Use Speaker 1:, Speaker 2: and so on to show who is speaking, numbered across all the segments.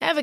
Speaker 1: Ever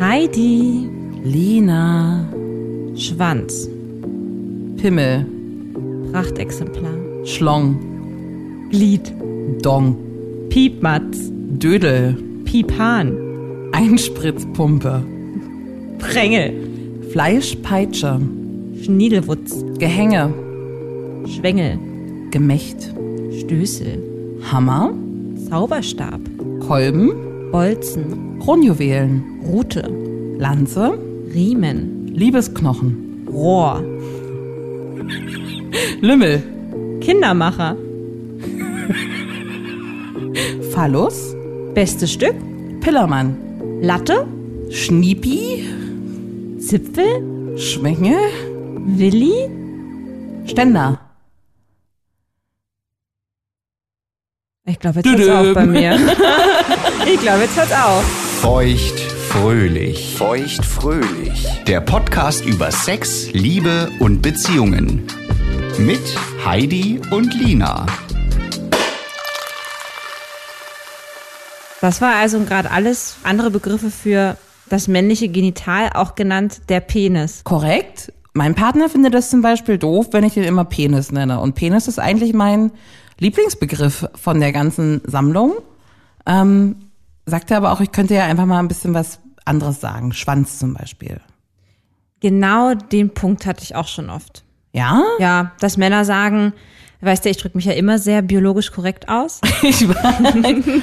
Speaker 2: Heidi, Lina, Schwanz, Pimmel, Prachtexemplar, Schlong, Glied, Dong,
Speaker 3: Piepmatz,
Speaker 2: Dödel,
Speaker 3: Piepan,
Speaker 2: Einspritzpumpe,
Speaker 3: Prängel,
Speaker 2: Fleischpeitsche,
Speaker 3: Schniedelwutz,
Speaker 2: Gehänge,
Speaker 3: Schwengel,
Speaker 2: Gemächt,
Speaker 3: Stößel,
Speaker 2: Hammer,
Speaker 3: Zauberstab,
Speaker 2: Kolben,
Speaker 3: Bolzen,
Speaker 2: Kronjuwelen,
Speaker 3: Rute,
Speaker 2: Lanze,
Speaker 3: Riemen,
Speaker 2: Liebesknochen,
Speaker 3: Rohr,
Speaker 2: Lümmel,
Speaker 3: Kindermacher,
Speaker 2: Phallus,
Speaker 3: bestes Stück,
Speaker 2: Pillermann,
Speaker 3: Latte,
Speaker 2: Schniepi,
Speaker 3: Zipfel,
Speaker 2: Schwengel,
Speaker 3: Willi,
Speaker 2: Ständer.
Speaker 3: ich glaube, jetzt hört's auf bei mir. ich glaube, jetzt hört's auf.
Speaker 4: Feucht fröhlich.
Speaker 5: Feucht fröhlich.
Speaker 4: Der Podcast über Sex, Liebe und Beziehungen. Mit Heidi und Lina.
Speaker 3: Das war also gerade alles andere Begriffe für das männliche Genital, auch genannt der Penis.
Speaker 2: Korrekt. Mein Partner findet das zum Beispiel doof, wenn ich den immer Penis nenne. Und Penis ist eigentlich mein Lieblingsbegriff von der ganzen Sammlung. Ähm, sagt er aber auch, ich könnte ja einfach mal ein bisschen was anderes sagen. Schwanz zum Beispiel.
Speaker 3: Genau den Punkt hatte ich auch schon oft.
Speaker 2: Ja?
Speaker 3: Ja, dass Männer sagen, weißt du, ich drücke mich ja immer sehr biologisch korrekt aus.
Speaker 2: Ich weiß.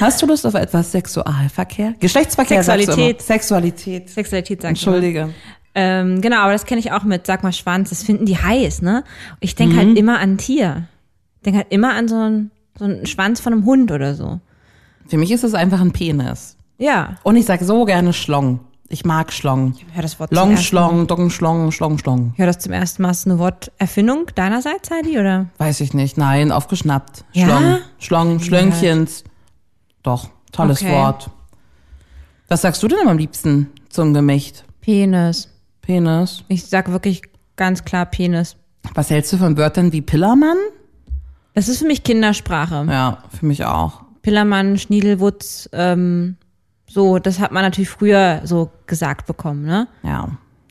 Speaker 2: Hast du Lust auf etwas Sexualverkehr? Geschlechtsverkehr Sagst du immer.
Speaker 3: Sexualität.
Speaker 2: Sexualität.
Speaker 3: Sexualität sagt
Speaker 2: Entschuldige.
Speaker 3: man. Ähm, genau, aber das kenne ich auch mit, sag mal Schwanz, das finden die heiß, ne? Ich denke halt immer an Tier. Ich denke halt immer an so einen, so einen Schwanz von einem Hund oder so.
Speaker 2: Für mich ist es einfach ein Penis.
Speaker 3: Ja.
Speaker 2: Und ich sag so gerne Schlong. Ich mag Schlong.
Speaker 3: Hör das Wort zum
Speaker 2: Long
Speaker 3: ersten Mal.
Speaker 2: Schlong, Dong Schlong, Schlong Schlong.
Speaker 3: Ich höre das zum ersten Mal. Ist eine Worterfindung deinerseits, Heidi, oder?
Speaker 2: Weiß ich nicht. Nein, aufgeschnappt.
Speaker 3: Ja?
Speaker 2: Schlong, Schlong, Schlönkchens. Doch, tolles
Speaker 3: Okay.
Speaker 2: Wort. Was sagst du denn am liebsten zum Gemächt?
Speaker 3: Penis.
Speaker 2: Penis.
Speaker 3: Ich sag wirklich ganz klar Penis.
Speaker 2: Was hältst du von Wörtern wie Pillermann?
Speaker 3: Das ist für mich Kindersprache.
Speaker 2: Ja, für mich auch.
Speaker 3: Pillermann, Schniedelwutz, ähm, so, das hat man natürlich früher so gesagt bekommen, ne?
Speaker 2: Ja.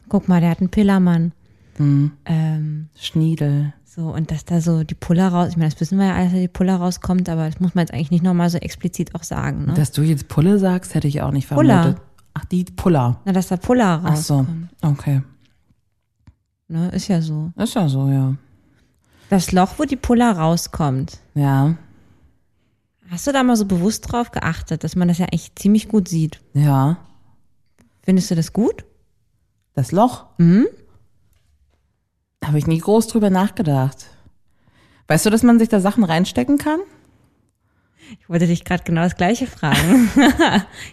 Speaker 3: Guck mal, der hat einen Pillermann. Ähm,
Speaker 2: Schniedel.
Speaker 3: so, und dass da so die Puller raus, ich meine, das wissen wir ja alles, dass die Puller rauskommt, aber das muss man jetzt eigentlich nicht nochmal so explizit auch sagen, ne?
Speaker 2: Dass du jetzt Pulle sagst, hätte ich auch nicht
Speaker 3: Puller.
Speaker 2: vermutet. Ach, die Puller.
Speaker 3: Na, dass da Puller
Speaker 2: Ach
Speaker 3: raus,
Speaker 2: so, okay.
Speaker 3: ne? Ist ja so.
Speaker 2: Ist ja so, ja.
Speaker 3: Das Loch, wo die Puller rauskommt.
Speaker 2: Ja,
Speaker 3: Hast du da mal so bewusst drauf geachtet, dass man das ja eigentlich ziemlich gut sieht?
Speaker 2: ja.
Speaker 3: Findest du das gut?
Speaker 2: Das Loch? Mhm. Habe ich nie groß drüber nachgedacht. Weißt du, dass man sich da Sachen reinstecken kann?
Speaker 3: Ich wollte dich gerade genau das gleiche fragen.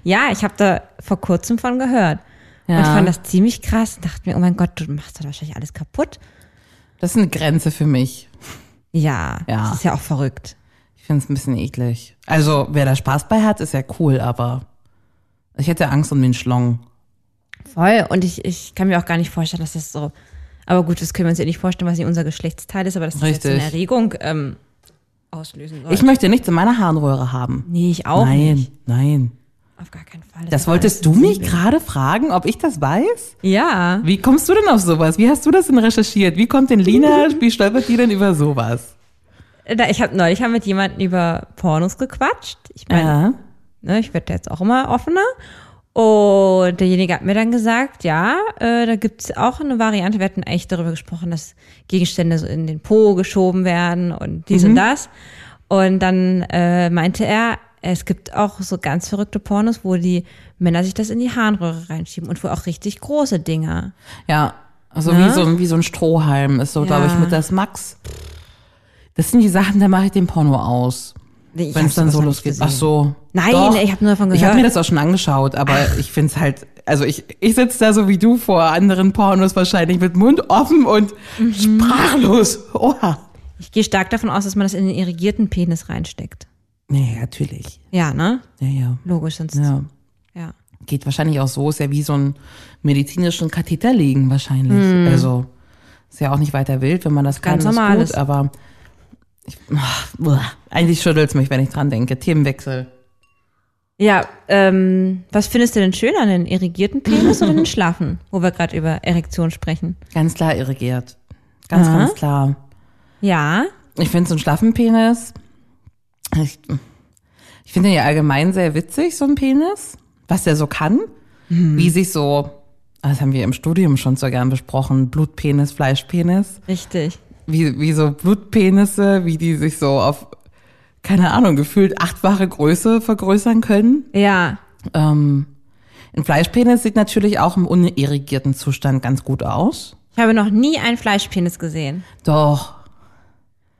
Speaker 3: ja, ich habe da vor kurzem von gehört.
Speaker 2: Ja.
Speaker 3: Und fand das ziemlich krass. Dachte mir, oh mein Gott, du machst doch wahrscheinlich alles kaputt.
Speaker 2: Das ist eine Grenze für mich.
Speaker 3: Ja,
Speaker 2: Ja.
Speaker 3: das ist ja auch verrückt.
Speaker 2: Ich finde es ein bisschen eklig. Also, wer da Spaß bei hat, ist ja cool, aber ich hätte Angst um den Schlong.
Speaker 3: Voll. Und ich, ich kann mir auch gar nicht vorstellen, dass das so. Aber gut, das können wir uns ja nicht vorstellen, was nicht unser Geschlechtsteil ist, aber dass das jetzt
Speaker 2: Richtig.
Speaker 3: eine Erregung ähm, auslösen soll.
Speaker 2: Ich möchte nichts in meiner Harnröhre haben.
Speaker 3: nee, ich auch
Speaker 2: nein,
Speaker 3: nicht.
Speaker 2: nein.
Speaker 3: Auf gar keinen Fall.
Speaker 2: Das
Speaker 3: ist doch
Speaker 2: wolltest du
Speaker 3: alles
Speaker 2: mich
Speaker 3: sensibel.
Speaker 2: gerade fragen, ob ich das weiß?
Speaker 3: Ja.
Speaker 2: Wie kommst du denn auf sowas? Wie hast du das denn recherchiert? Wie kommt denn Lina, wie stolpert die denn über sowas?
Speaker 3: Da, ich habe neulich haben mit jemandem über Pornos gequatscht. Ich meine,
Speaker 2: Ja.
Speaker 3: ne, ich werde jetzt auch immer offener. Und derjenige hat mir dann gesagt, ja, äh, da gibt's auch eine Variante. Wir hatten eigentlich darüber gesprochen, dass Gegenstände so in den Po geschoben werden und dies
Speaker 2: Mhm.
Speaker 3: und das. Und dann äh, meinte er, es gibt auch so ganz verrückte Pornos, wo die Männer sich das in die Harnröhre reinschieben und wohl auch richtig große Dinger.
Speaker 2: Ja, also wie so, ein- wie so ein Strohhalm ist so, glaube ich,
Speaker 3: Ja.
Speaker 2: mit das Max. Das sind die Sachen, da mache ich den Porno aus.
Speaker 3: Ich
Speaker 2: Wenn
Speaker 3: hab
Speaker 2: es dann
Speaker 3: sowas
Speaker 2: so
Speaker 3: noch
Speaker 2: losgeht.
Speaker 3: nicht
Speaker 2: Ach
Speaker 3: gesehen.
Speaker 2: so.
Speaker 3: Nein, ich hab nur davon
Speaker 2: Ich habe
Speaker 3: gehört.
Speaker 2: mir das auch schon angeschaut, aber ich finde es halt, also ich, ich sitze da so wie du vor anderen Pornos wahrscheinlich mit Mund offen und
Speaker 3: Mhm.
Speaker 2: sprachlos. Oha.
Speaker 3: Ich gehe stark davon aus, dass man das in den irrigierten Penis reinsteckt.
Speaker 2: Nee, natürlich.
Speaker 3: Ja, ne?
Speaker 2: Ja, ja.
Speaker 3: Logisch, sonst.
Speaker 2: Ja.
Speaker 3: ja.
Speaker 2: Geht wahrscheinlich auch so, ist ja wie so ein medizinischen Katheter legen wahrscheinlich. Also ist ja auch nicht weiter wild, wenn man das
Speaker 3: Mhm. Ganz
Speaker 2: kann,
Speaker 3: normal
Speaker 2: ist
Speaker 3: ist.
Speaker 2: gut, aber ich, ach, uah, eigentlich schüttelt's mich, wenn ich dran denke. Themenwechsel.
Speaker 3: Ja, ähm, was findest du denn schöner, einen irrigierten Penis oder einen schlaffen, wo wir gerade über Erektion sprechen?
Speaker 2: Ganz klar irrigiert. Ganz,
Speaker 3: Aha.
Speaker 2: ganz klar.
Speaker 3: Ja,
Speaker 2: Ich finde so einen schlaffen Penis. Ich, ich finde den ja allgemein sehr witzig, so ein Penis. Was der so kann. Wie sich so, ah, das haben wir im Studium schon so gern besprochen, Blutpenis, Fleischpenis.
Speaker 3: richtig.
Speaker 2: wie, wie so Blutpenisse, wie die sich so auf, keine Ahnung, gefühlt achtfache Größe vergrößern können.
Speaker 3: Ja,
Speaker 2: Ähm, ein Fleischpenis sieht natürlich auch im unirrigierten Zustand ganz gut aus.
Speaker 3: ich habe noch nie einen Fleischpenis gesehen.
Speaker 2: Doch,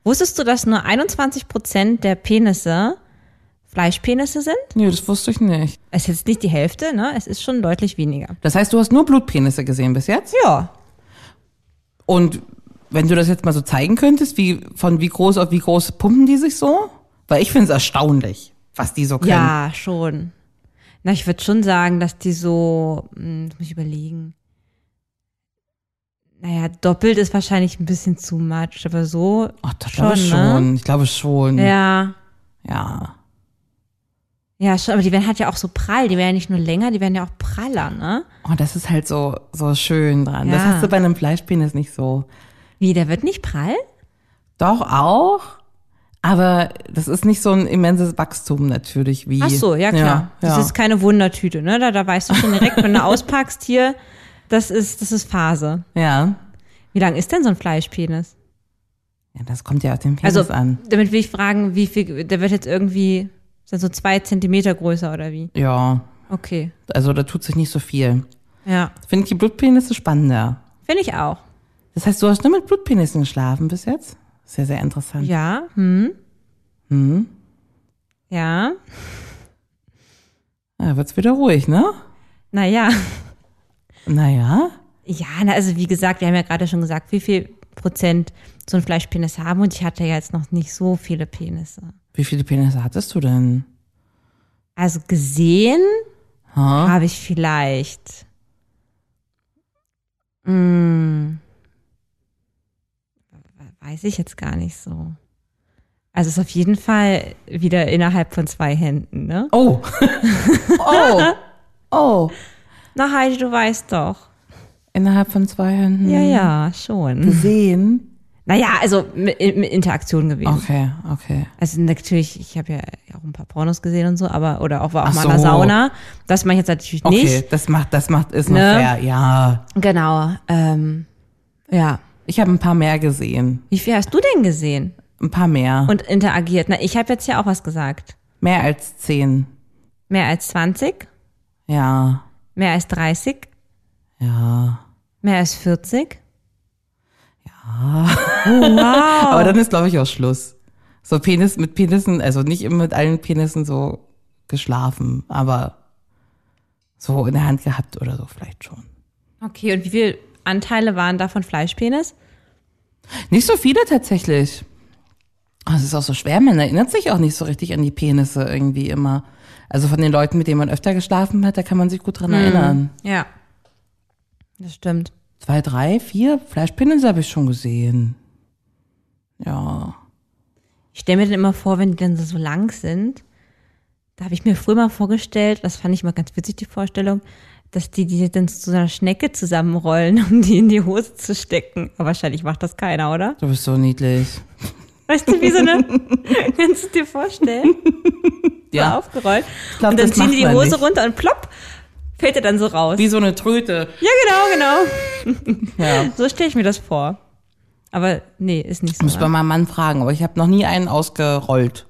Speaker 3: Wusstest du, dass nur 21 Prozent der Penisse Fleischpenisse sind?
Speaker 2: nee, das wusste ich nicht.
Speaker 3: Es ist jetzt nicht die Hälfte, ne? Es ist schon deutlich weniger.
Speaker 2: Das heißt, du hast nur Blutpenisse gesehen bis jetzt?
Speaker 3: Ja.
Speaker 2: Und wenn du das jetzt mal so zeigen könntest, wie, von wie groß auf wie groß pumpen die sich so? Weil ich finde es erstaunlich, was die so können.
Speaker 3: Ja, schon. Na, ich würde schon sagen, dass die so, hm, das muss ich überlegen. Naja, doppelt ist wahrscheinlich ein bisschen zu much, aber so.
Speaker 2: Ach, Oh, das glaube ich
Speaker 3: Schon, ne?
Speaker 2: schon. Ich glaube schon.
Speaker 3: Ja.
Speaker 2: ja.
Speaker 3: Ja, schon, aber die werden halt ja auch so prall. Die werden ja nicht nur länger, die werden ja auch praller, ne?
Speaker 2: Oh, das ist halt so, so schön dran. Das
Speaker 3: Ja.
Speaker 2: hast du bei einem Fleischpenis nicht so.
Speaker 3: Wie, der wird nicht prall?
Speaker 2: Doch auch, aber das ist nicht so ein immenses Wachstum natürlich wie.
Speaker 3: Ach so, ja klar.
Speaker 2: Ja,
Speaker 3: Das ist keine Wundertüte, ne? Da, da weißt du schon direkt, wenn du auspackst hier, das ist, das ist Phase.
Speaker 2: ja.
Speaker 3: Wie lang ist denn so ein Fleischpenis?
Speaker 2: ja, das kommt ja auf den Penis
Speaker 3: Also,
Speaker 2: an.
Speaker 3: damit will ich fragen, wie viel, der wird jetzt irgendwie, ist das so zwei Zentimeter größer oder wie?
Speaker 2: Ja,
Speaker 3: Okay.
Speaker 2: also da tut sich nicht so viel.
Speaker 3: Ja.
Speaker 2: Finde ich die Blutpenisse spannender.
Speaker 3: Finde ich auch.
Speaker 2: Das heißt, du hast nur mit Blutpenissen geschlafen bis jetzt? Sehr, sehr interessant.
Speaker 3: Ja. Hm. Hm.
Speaker 2: Hm?
Speaker 3: Ja.
Speaker 2: Da Ah, wird's wieder ruhig, ne?
Speaker 3: Naja.
Speaker 2: Naja.
Speaker 3: Ja, na, also wie gesagt, wir haben ja gerade schon gesagt, wie viel Prozent so ein Fleischpenis haben und ich hatte ja jetzt noch nicht so viele Penisse.
Speaker 2: Wie viele Penisse hattest du denn?
Speaker 3: Also gesehen
Speaker 2: Ha?
Speaker 3: habe ich vielleicht. Hm, weiß ich jetzt gar nicht so. Also es ist auf jeden Fall wieder innerhalb von zwei Händen, ne?
Speaker 2: Oh. oh. Oh.
Speaker 3: Na Heidi, du weißt doch.
Speaker 2: Innerhalb von zwei Händen.
Speaker 3: Ja, ja, schon.
Speaker 2: Gesehen.
Speaker 3: Naja, also mit, mit Interaktion gewesen.
Speaker 2: Okay, okay.
Speaker 3: Also natürlich, ich habe ja auch ein paar Pornos gesehen und so, aber oder auch war auch
Speaker 2: Ach
Speaker 3: mal in der
Speaker 2: so.
Speaker 3: Sauna. Das mache ich jetzt natürlich
Speaker 2: Okay,
Speaker 3: nicht.
Speaker 2: das macht, das macht, ist
Speaker 3: Ne?
Speaker 2: noch fair, ja.
Speaker 3: Genau. Ähm, ja.
Speaker 2: Ich habe ein paar mehr gesehen.
Speaker 3: Wie viel hast du denn gesehen
Speaker 2: Ein paar mehr.
Speaker 3: und interagiert? Na, ich habe jetzt ja auch was gesagt.
Speaker 2: mehr als zehn.
Speaker 3: Mehr als 20,
Speaker 2: Ja,
Speaker 3: mehr als 30,
Speaker 2: ja.
Speaker 3: mehr als 40.
Speaker 2: Aber dann ist, glaube ich, auch Schluss. So Penis mit Penissen, also nicht immer mit allen Penissen so geschlafen, aber so in der Hand gehabt oder so vielleicht schon.
Speaker 3: Okay, und wie viele Anteile waren davon Fleischpenis?
Speaker 2: Nicht so viele tatsächlich. Oh, Es ist auch so schwer, man erinnert sich auch nicht so richtig an die Penisse irgendwie immer. Also von den Leuten, mit denen man öfter geschlafen hat, da kann man sich gut dran erinnern.
Speaker 3: Ja. Das stimmt.
Speaker 2: Zwei, drei, vier Fleischpenisse habe ich schon gesehen. Ja.
Speaker 3: Ich stelle mir dann immer vor, wenn die dann so- so lang sind, da habe ich mir früher mal vorgestellt, das fand ich mal ganz witzig, die Vorstellung, dass die die dann zu so einer Schnecke zusammenrollen, um die in die Hose zu stecken. Aber wahrscheinlich macht das keiner, oder?
Speaker 2: Du bist so niedlich.
Speaker 3: Weißt du, wie so eine, kannst du dir vorstellen? Mal Aufgerollt.
Speaker 2: glaub,
Speaker 3: und dann
Speaker 2: das
Speaker 3: ziehen die
Speaker 2: macht
Speaker 3: die
Speaker 2: man
Speaker 3: Hose
Speaker 2: nicht.
Speaker 3: runter und plopp, fällt er dann so raus.
Speaker 2: Wie so eine Tröte.
Speaker 3: Ja, genau, genau.
Speaker 2: Ja.
Speaker 3: So stelle ich mir das vor. Aber nee, ist nicht so.
Speaker 2: Muss bei
Speaker 3: ne?
Speaker 2: meinem Mann fragen, aber ich habe noch nie einen ausgerollt.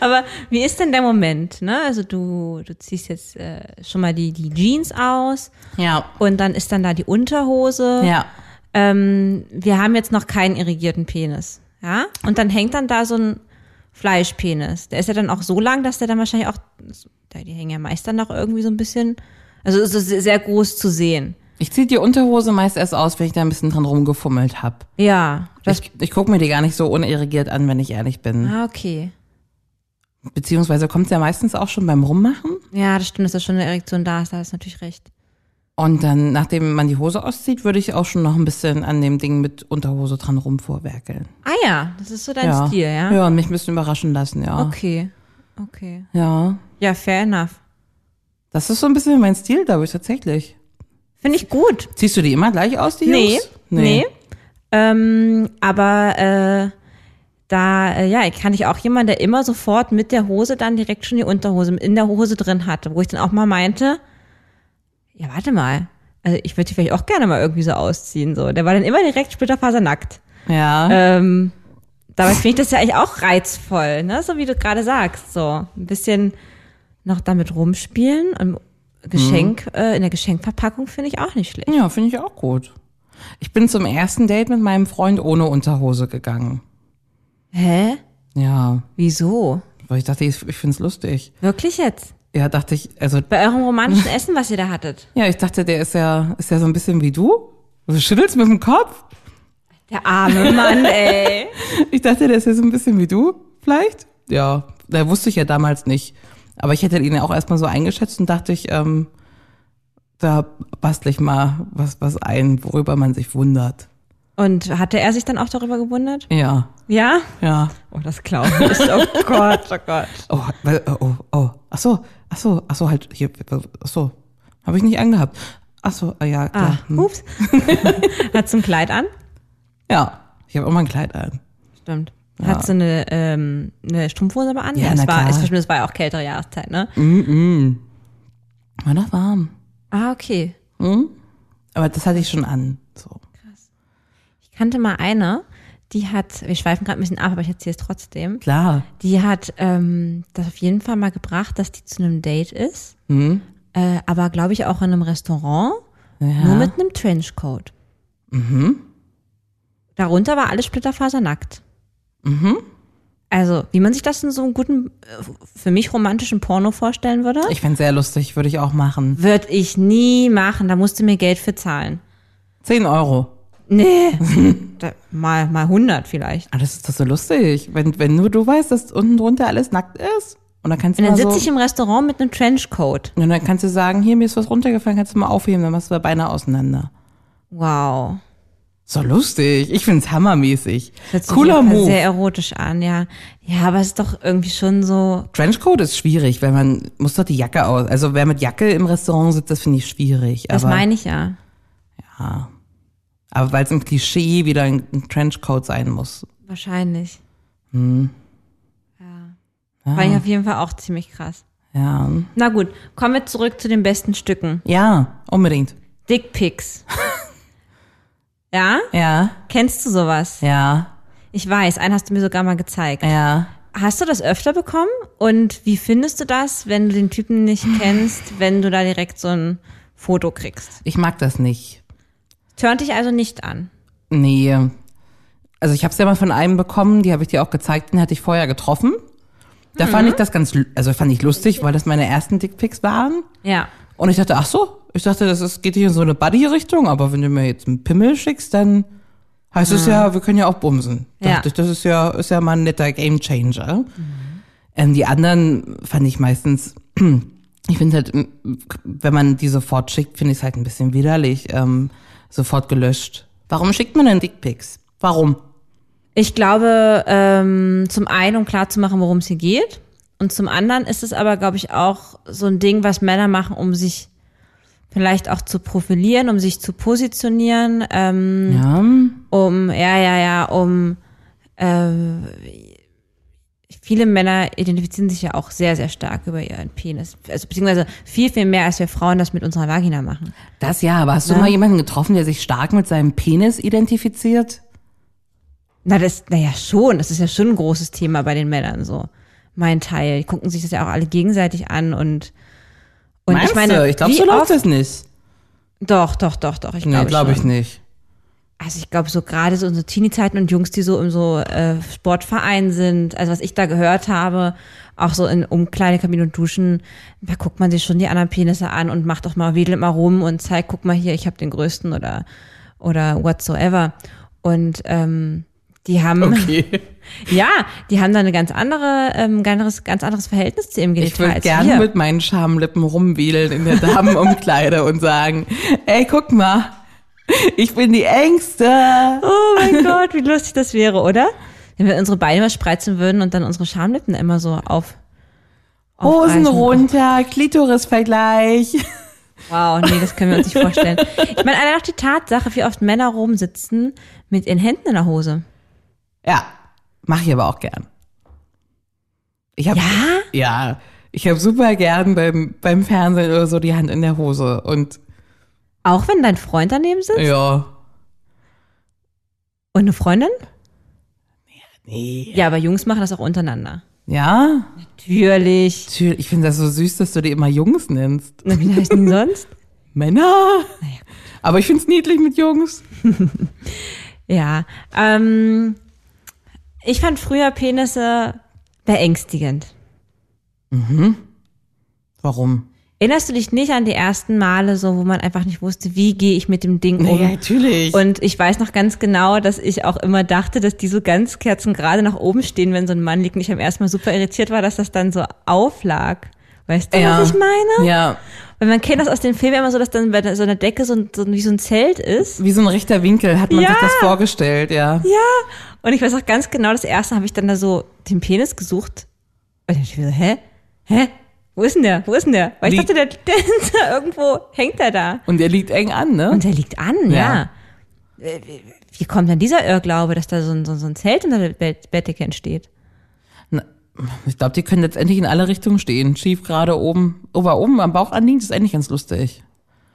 Speaker 3: Aber wie ist denn der Moment? Ne? Also du, du ziehst jetzt äh, schon mal die, die Jeans aus
Speaker 2: Ja.
Speaker 3: und dann ist dann da die Unterhose.
Speaker 2: Ja.
Speaker 3: Ähm, wir haben jetzt noch keinen irrigierten Penis. Ja? Und dann hängt dann da so ein Fleischpenis. Der ist ja dann auch so lang, dass der dann wahrscheinlich auch, da die hängen ja meist dann noch irgendwie so ein bisschen, also ist es sehr groß zu sehen.
Speaker 2: Ich zieh die Unterhose meist erst aus, wenn ich da ein bisschen dran rumgefummelt hab.
Speaker 3: Ja, das,
Speaker 2: Ich, ich gucke mir die gar nicht so unirrigiert an, wenn ich ehrlich bin.
Speaker 3: ah, okay.
Speaker 2: Beziehungsweise kommt's ja meistens auch schon beim Rummachen.
Speaker 3: Ja, das stimmt, dass da schon eine Erektion da ist, da hast du natürlich recht.
Speaker 2: Und dann, nachdem man die Hose auszieht, würde ich auch schon noch ein bisschen an dem Ding mit Unterhose dran rumvorwerkeln.
Speaker 3: Ah ja, das ist so dein Stil, ja?
Speaker 2: Ja, und mich ein bisschen überraschen lassen, ja.
Speaker 3: Okay, okay.
Speaker 2: Ja.
Speaker 3: Ja, fair enough.
Speaker 2: Das ist so ein bisschen mein Stil, glaube ich, tatsächlich.
Speaker 3: Finde ich gut.
Speaker 2: Ziehst du die immer gleich aus, die
Speaker 3: Nee,
Speaker 2: Jungs?
Speaker 3: nee. Ähm, aber äh, da, äh, ja, kann ich auch jemanden, der immer sofort mit der Hose dann direkt schon die Unterhose in der Hose drin hatte, wo ich dann auch mal meinte, ja, warte mal, also ich würde die vielleicht auch gerne mal irgendwie so ausziehen, so. Der war dann immer direkt splitterfasernackt.
Speaker 2: Ja.
Speaker 3: Ähm, dabei finde ich das ja eigentlich auch reizvoll, ne? So wie du gerade sagst, so ein bisschen noch damit rumspielen im Geschenk, äh, in der Geschenkverpackung finde ich auch nicht schlecht.
Speaker 2: Ja, finde ich auch gut. Ich bin zum ersten Date mit meinem Freund ohne Unterhose gegangen.
Speaker 3: Hä?
Speaker 2: Ja.
Speaker 3: Wieso?
Speaker 2: Weil ich dachte, ich, ich finde es lustig.
Speaker 3: Wirklich jetzt?
Speaker 2: Ja, dachte ich, also,
Speaker 3: Bei eurem romantischen Essen, was ihr da hattet?
Speaker 2: ja, ich dachte, der ist ja, ist ja so ein bisschen wie du. Du schüttelst mit dem Kopf.
Speaker 3: Der arme Mann, ey.
Speaker 2: Ich dachte, der ist ja so ein bisschen wie du, vielleicht. Ja, da wusste ich ja damals nicht. Aber ich hätte ihn ja auch erstmal so eingeschätzt und dachte ich, ähm, da bastle ich mal was, was ein, worüber man sich wundert.
Speaker 3: Und hatte er sich dann auch darüber gewundert?
Speaker 2: Ja,
Speaker 3: Ja?
Speaker 2: ja.
Speaker 3: Oh, das glaube ich. Oh Gott, oh Gott.
Speaker 2: Oh, weil- oh, oh, oh. Ach so, ach so, ach so, halt, hier, ach so. Habe ich nicht angehabt. Ach so, ah ja, klar.
Speaker 3: Ah,
Speaker 2: hm.
Speaker 3: ups. Hat's ein Kleid an?
Speaker 2: Ja, ich habe auch mal ein Kleid an.
Speaker 3: Stimmt. Hat so eine, ähm, eine Strumpfhose aber an?
Speaker 2: Ja,
Speaker 3: es
Speaker 2: na
Speaker 3: war,
Speaker 2: klar.
Speaker 3: es, stimmt, es war ja auch kältere Jahreszeit, ne?
Speaker 2: War noch warm.
Speaker 3: Ah, okay.
Speaker 2: Aber das hatte ich schon an. So.
Speaker 3: Ich kannte mal eine, die hat, wir schweifen gerade ein bisschen ab, aber ich erzähle es trotzdem.
Speaker 2: Klar.
Speaker 3: Die hat ähm, das auf jeden Fall mal gebracht, dass die zu einem Date ist. Äh, aber glaube ich auch in einem Restaurant, nur mit einem Trenchcoat. Mhm. Darunter war alles splitterfasernackt. Mhm. Also, wie man sich das in so einem guten, äh, für mich romantischen Porno vorstellen würde,
Speaker 2: Ich fänd's sehr lustig, würde ich auch machen.
Speaker 3: würde ich nie machen. Da musst du mir Geld für zahlen.
Speaker 2: 10 Euro.
Speaker 3: Nee, da, mal, mal 100 vielleicht.
Speaker 2: Ah, das ist doch so lustig. Wenn, wenn nur du weißt, dass unten drunter alles nackt ist. Und dann kannst du
Speaker 3: Und dann
Speaker 2: mal
Speaker 3: sitze
Speaker 2: so,
Speaker 3: ich im Restaurant mit einem Trenchcoat.
Speaker 2: Und dann kannst du sagen, hier, mir ist was runtergefallen, kannst du mal aufheben, dann machst du beinahe auseinander.
Speaker 3: Wow.
Speaker 2: So lustig. Ich find's hammermäßig.
Speaker 3: Hört sich
Speaker 2: Cooler
Speaker 3: auf jeden Fall
Speaker 2: Move.
Speaker 3: Sehr erotisch an, ja. Ja, aber es ist doch irgendwie schon so.
Speaker 2: Trenchcoat ist schwierig, weil man muss doch die Jacke aus. Also wer mit Jacke im Restaurant sitzt, das finde ich schwierig.
Speaker 3: Das
Speaker 2: aber,
Speaker 3: meine ich ja.
Speaker 2: aber weil es im Klischee wieder ein ein Trenchcoat sein muss.
Speaker 3: Wahrscheinlich.
Speaker 2: Hm.
Speaker 3: Ja.
Speaker 2: Ah.
Speaker 3: War ich auf jeden Fall auch ziemlich krass.
Speaker 2: Ja.
Speaker 3: Na gut, kommen wir zurück zu den besten Stücken.
Speaker 2: Ja, unbedingt.
Speaker 3: Dickpics. ja?
Speaker 2: Ja,
Speaker 3: Kennst du sowas?
Speaker 2: ja,
Speaker 3: Ich weiß, einen hast du mir sogar mal gezeigt.
Speaker 2: ja.
Speaker 3: Hast du das öfter bekommen? Und wie findest du das, wenn du den Typen nicht kennst, wenn du da direkt so ein Foto kriegst?
Speaker 2: Ich mag das nicht.
Speaker 3: Turnt dich also nicht an.
Speaker 2: Nee. Also ich habe es ja mal von einem bekommen, die habe ich dir auch gezeigt, den hatte ich vorher getroffen. Da fand ich das ganz, lu- also fand ich lustig, weil das meine ersten Dickpics waren.
Speaker 3: Ja.
Speaker 2: Und ich dachte, ach so, ich dachte, das ist, geht hier in so eine Buddy-Richtung, aber wenn du mir jetzt einen Pimmel schickst, dann heißt es ja, wir können ja auch bumsen.
Speaker 3: Mhm. Ja.
Speaker 2: Dachte ich, das ist ja, ist ja mal ein netter Gamechanger.
Speaker 3: Mhm.
Speaker 2: Ähm, die anderen fand ich meistens, ich finde halt, m, wenn man die sofort schickt, finde ich es halt ein bisschen widerlich, ähm, sofort gelöscht. Warum schickt man denn Dickpics? Warum?
Speaker 3: Ich glaube, ähm, zum einen, um klarzumachen, worum es hier geht. Und zum anderen ist es aber, glaube ich, auch so ein Ding, was Männer machen, um sich vielleicht auch zu profilieren, um sich zu positionieren, ähm,
Speaker 2: Ja,
Speaker 3: um, ja, ja, ja, um, ähm, viele Männer identifizieren sich ja auch sehr, sehr stark über ihren Penis. Also, beziehungsweise viel, viel mehr, als wir Frauen das mit unserer Vagina machen.
Speaker 2: das ja, aber hast du mal jemanden getroffen, der sich stark mit seinem Penis identifiziert?
Speaker 3: Na, das, na ja schon. Das ist ja schon ein großes Thema bei den Männern, so. Mein Teil. Die gucken sich das ja auch alle gegenseitig an und, und
Speaker 2: Meinst
Speaker 3: ich meine,
Speaker 2: du? ich glaube,
Speaker 3: wie
Speaker 2: so läuft
Speaker 3: oft-
Speaker 2: das nicht.
Speaker 3: Doch, doch, doch, doch. Ich
Speaker 2: Nee,
Speaker 3: glaube
Speaker 2: glaube ich
Speaker 3: schon.
Speaker 2: nicht.
Speaker 3: Also ich glaube, so gerade so unsere Teenie-Zeiten und Jungs, die so im so äh, Sportverein sind, also was ich da gehört habe, auch so in Umkleidekabinen und Duschen, da guckt man sich schon die anderen Penisse an und macht doch mal, wedelt mal rum und zeigt, guck mal hier, ich habe den größten oder oder whatsoever. Und ähm, die haben ja, die haben da eine ganz andere, ähm, ganz anderes, ganz anderes Verhältnis zu ihrem
Speaker 2: Ich
Speaker 3: Genital
Speaker 2: würde
Speaker 3: als
Speaker 2: gerne
Speaker 3: wir.
Speaker 2: mit meinen Schamlippen rumwedeln in der Damenumkleide und sagen, ey, guck mal, ich bin die Ängste.
Speaker 3: Oh mein Gott, wie lustig das wäre, oder? Wenn wir unsere Beine mal spreizen würden und dann unsere Schamlippen immer so auf.
Speaker 2: Hosen Oh,
Speaker 3: aufreißen.
Speaker 2: runter, Klitorisvergleich.
Speaker 3: Wow, nee, das können wir uns nicht vorstellen. Ich meine, allein auch die Tatsache, wie oft Männer rumsitzen mit ihren Händen in der Hose.
Speaker 2: Ja, mache ich aber auch gern. Ich hab, ja? Ja, ich habe super gern beim, beim Fernsehen oder so die Hand in der Hose und
Speaker 3: Auch wenn dein Freund daneben sitzt
Speaker 2: ja.
Speaker 3: und eine Freundin?
Speaker 2: Nee.
Speaker 3: Ja, aber Jungs machen das auch untereinander.
Speaker 2: Ja,
Speaker 3: Natürlich.
Speaker 2: natürlich. Ich finde das so süß, dass du die immer Jungs nennst.
Speaker 3: Na, wie heißt denn sonst?
Speaker 2: Männer. Aber ich find's niedlich mit Jungs.
Speaker 3: Ja. Ähm, ich fand früher Penisse beängstigend.
Speaker 2: Warum?
Speaker 3: Erinnerst du dich nicht an die ersten Male, so wo man einfach nicht wusste, wie gehe ich mit dem Ding um?
Speaker 2: natürlich. Und
Speaker 3: Und ich weiß noch ganz genau, dass ich auch immer dachte, dass die so ganz kerzengerade nach oben stehen, wenn so ein Mann liegt. Und ich am ersten Mal super irritiert war, dass das dann so auflag. Weißt du,
Speaker 2: Ja.
Speaker 3: was ich meine?
Speaker 2: ja,
Speaker 3: Weil man kennt das aus den Filmen immer so, dass dann bei so einer Decke so, ein, so ein- wie so ein Zelt ist.
Speaker 2: wie so ein rechter Winkel hat man
Speaker 3: Ja.
Speaker 2: sich das vorgestellt, ja.
Speaker 3: Und ich weiß auch ganz genau, das erste habe ich dann da so den Penis gesucht. Und ich dachte, hä? Hä? Wo ist denn der? Wo ist denn der? Weil ich
Speaker 2: Die-
Speaker 3: dachte, der, der ist da irgendwo, hängt der da?
Speaker 2: Und der liegt eng an, ne?
Speaker 3: Und der liegt an, ja.
Speaker 2: Ja.
Speaker 3: Wie kommt denn dieser Irrglaube, dass da so ein, so ein- so ein Zelt unter der Bett- Bettdecke entsteht?
Speaker 2: ich glaube, die können letztendlich in alle Richtungen stehen. Schief, gerade, oben, ober, oben, am Bauch anliegen, das ist eigentlich ganz lustig.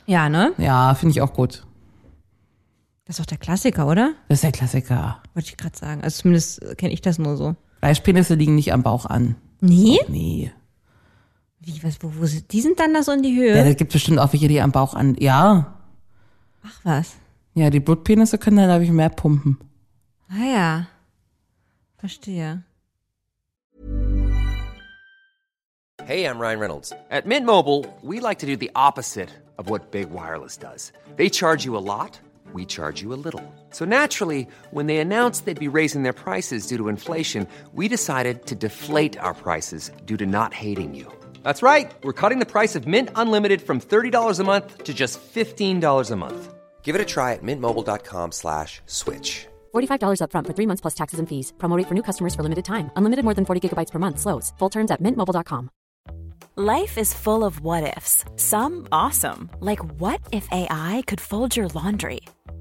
Speaker 3: Ja, ne?
Speaker 2: Ja, finde ich auch gut.
Speaker 3: Das ist doch der Klassiker, oder?
Speaker 2: Das ist der Klassiker.
Speaker 3: Wollte ich gerade sagen. Also zumindest kenne ich das nur so.
Speaker 2: Fleischpenisse liegen nicht am Bauch an.
Speaker 3: Nee?
Speaker 2: Nee.
Speaker 3: Wie, was, wo, wo sind, die sind dann da so in die
Speaker 2: Ja,
Speaker 3: Höhe?
Speaker 2: da gibt bestimmt auch welche, die am Bauch an. Ja.
Speaker 3: Ach was.
Speaker 2: Ja, die Blutpenisse können dann, glaube ich, mehr pumpen.
Speaker 3: Ah ja. Verstehe.
Speaker 6: Hey, I'm Ryan Reynolds. At Mint Mobile, we like to do the opposite of what Big Wireless does. They charge you a lot, we charge you a little. So naturally, when they announced they'd be raising their prices due to inflation, we decided to deflate our prices due to not hating you. That's right. We're cutting the price of Mint Unlimited from $30 a month to just $15 a month. Give it a try at mintmobile.com slash switch.
Speaker 7: $45 upfront for three months plus taxes and fees. Promo rate for new customers for limited time. Unlimited more than 40 gigabytes per month. Slows. Full terms at mintmobile.com.
Speaker 5: Life is full of what ifs. Some awesome, like what if AI could fold your laundry?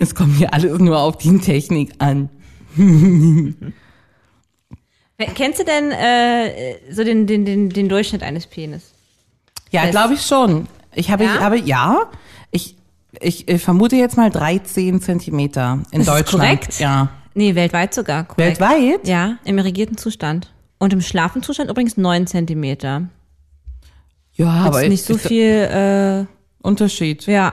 Speaker 2: Es kommt hier alles nur auf die Technik an.
Speaker 3: Kennst du denn äh, so den, den, den, den Durchschnitt eines Penis?
Speaker 2: Ja,
Speaker 3: Fest.
Speaker 2: glaube ich schon. Ich habe,
Speaker 3: Ja?
Speaker 2: ich habe, ja, ich, ich, äh, vermute jetzt mal 13 Zentimeter in
Speaker 3: Das ist
Speaker 2: Deutschland.
Speaker 3: korrekt.
Speaker 2: Ja.
Speaker 3: Nee, weltweit sogar. Korrekt.
Speaker 2: Weltweit?
Speaker 3: Ja, im irrigierten Zustand. Und im schlafen Zustand übrigens 9 Zentimeter.
Speaker 2: Ja,
Speaker 3: Aber
Speaker 2: aber
Speaker 3: Hat's nicht so
Speaker 2: ich,
Speaker 3: viel,
Speaker 2: Unterschied.
Speaker 3: äh, ja,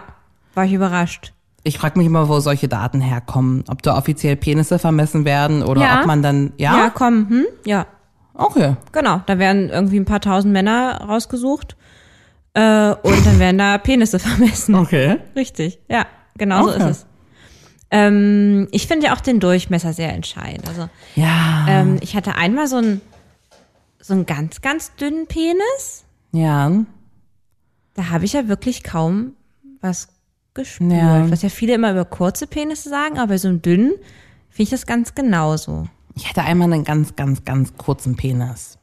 Speaker 3: war ich überrascht.
Speaker 2: Ich frage mich immer, wo solche Daten herkommen. Ob da offiziell Penisse vermessen werden oder
Speaker 3: Ja.
Speaker 2: ob man dann,
Speaker 3: Ja,
Speaker 2: ja?
Speaker 3: komm, hm? Ja,
Speaker 2: Okay.
Speaker 3: genau. Da werden irgendwie ein paar tausend Männer rausgesucht äh, und dann werden da Penisse vermessen.
Speaker 2: Okay.
Speaker 3: Richtig, ja, genau so
Speaker 2: Okay.
Speaker 3: ist es. Ähm, ich finde ja auch den Durchmesser sehr entscheidend. Also
Speaker 2: Ja.
Speaker 3: ähm, ich hatte einmal so einen so einen ganz, ganz dünnen Penis.
Speaker 2: Ja.
Speaker 3: Da habe ich ja wirklich kaum was gespürt.
Speaker 2: Ja.
Speaker 3: Was ja viele immer über kurze Penisse sagen, aber bei so einem dünnen finde ich das ganz genauso.
Speaker 2: Ich hatte einmal einen ganz, ganz, ganz kurzen Penis,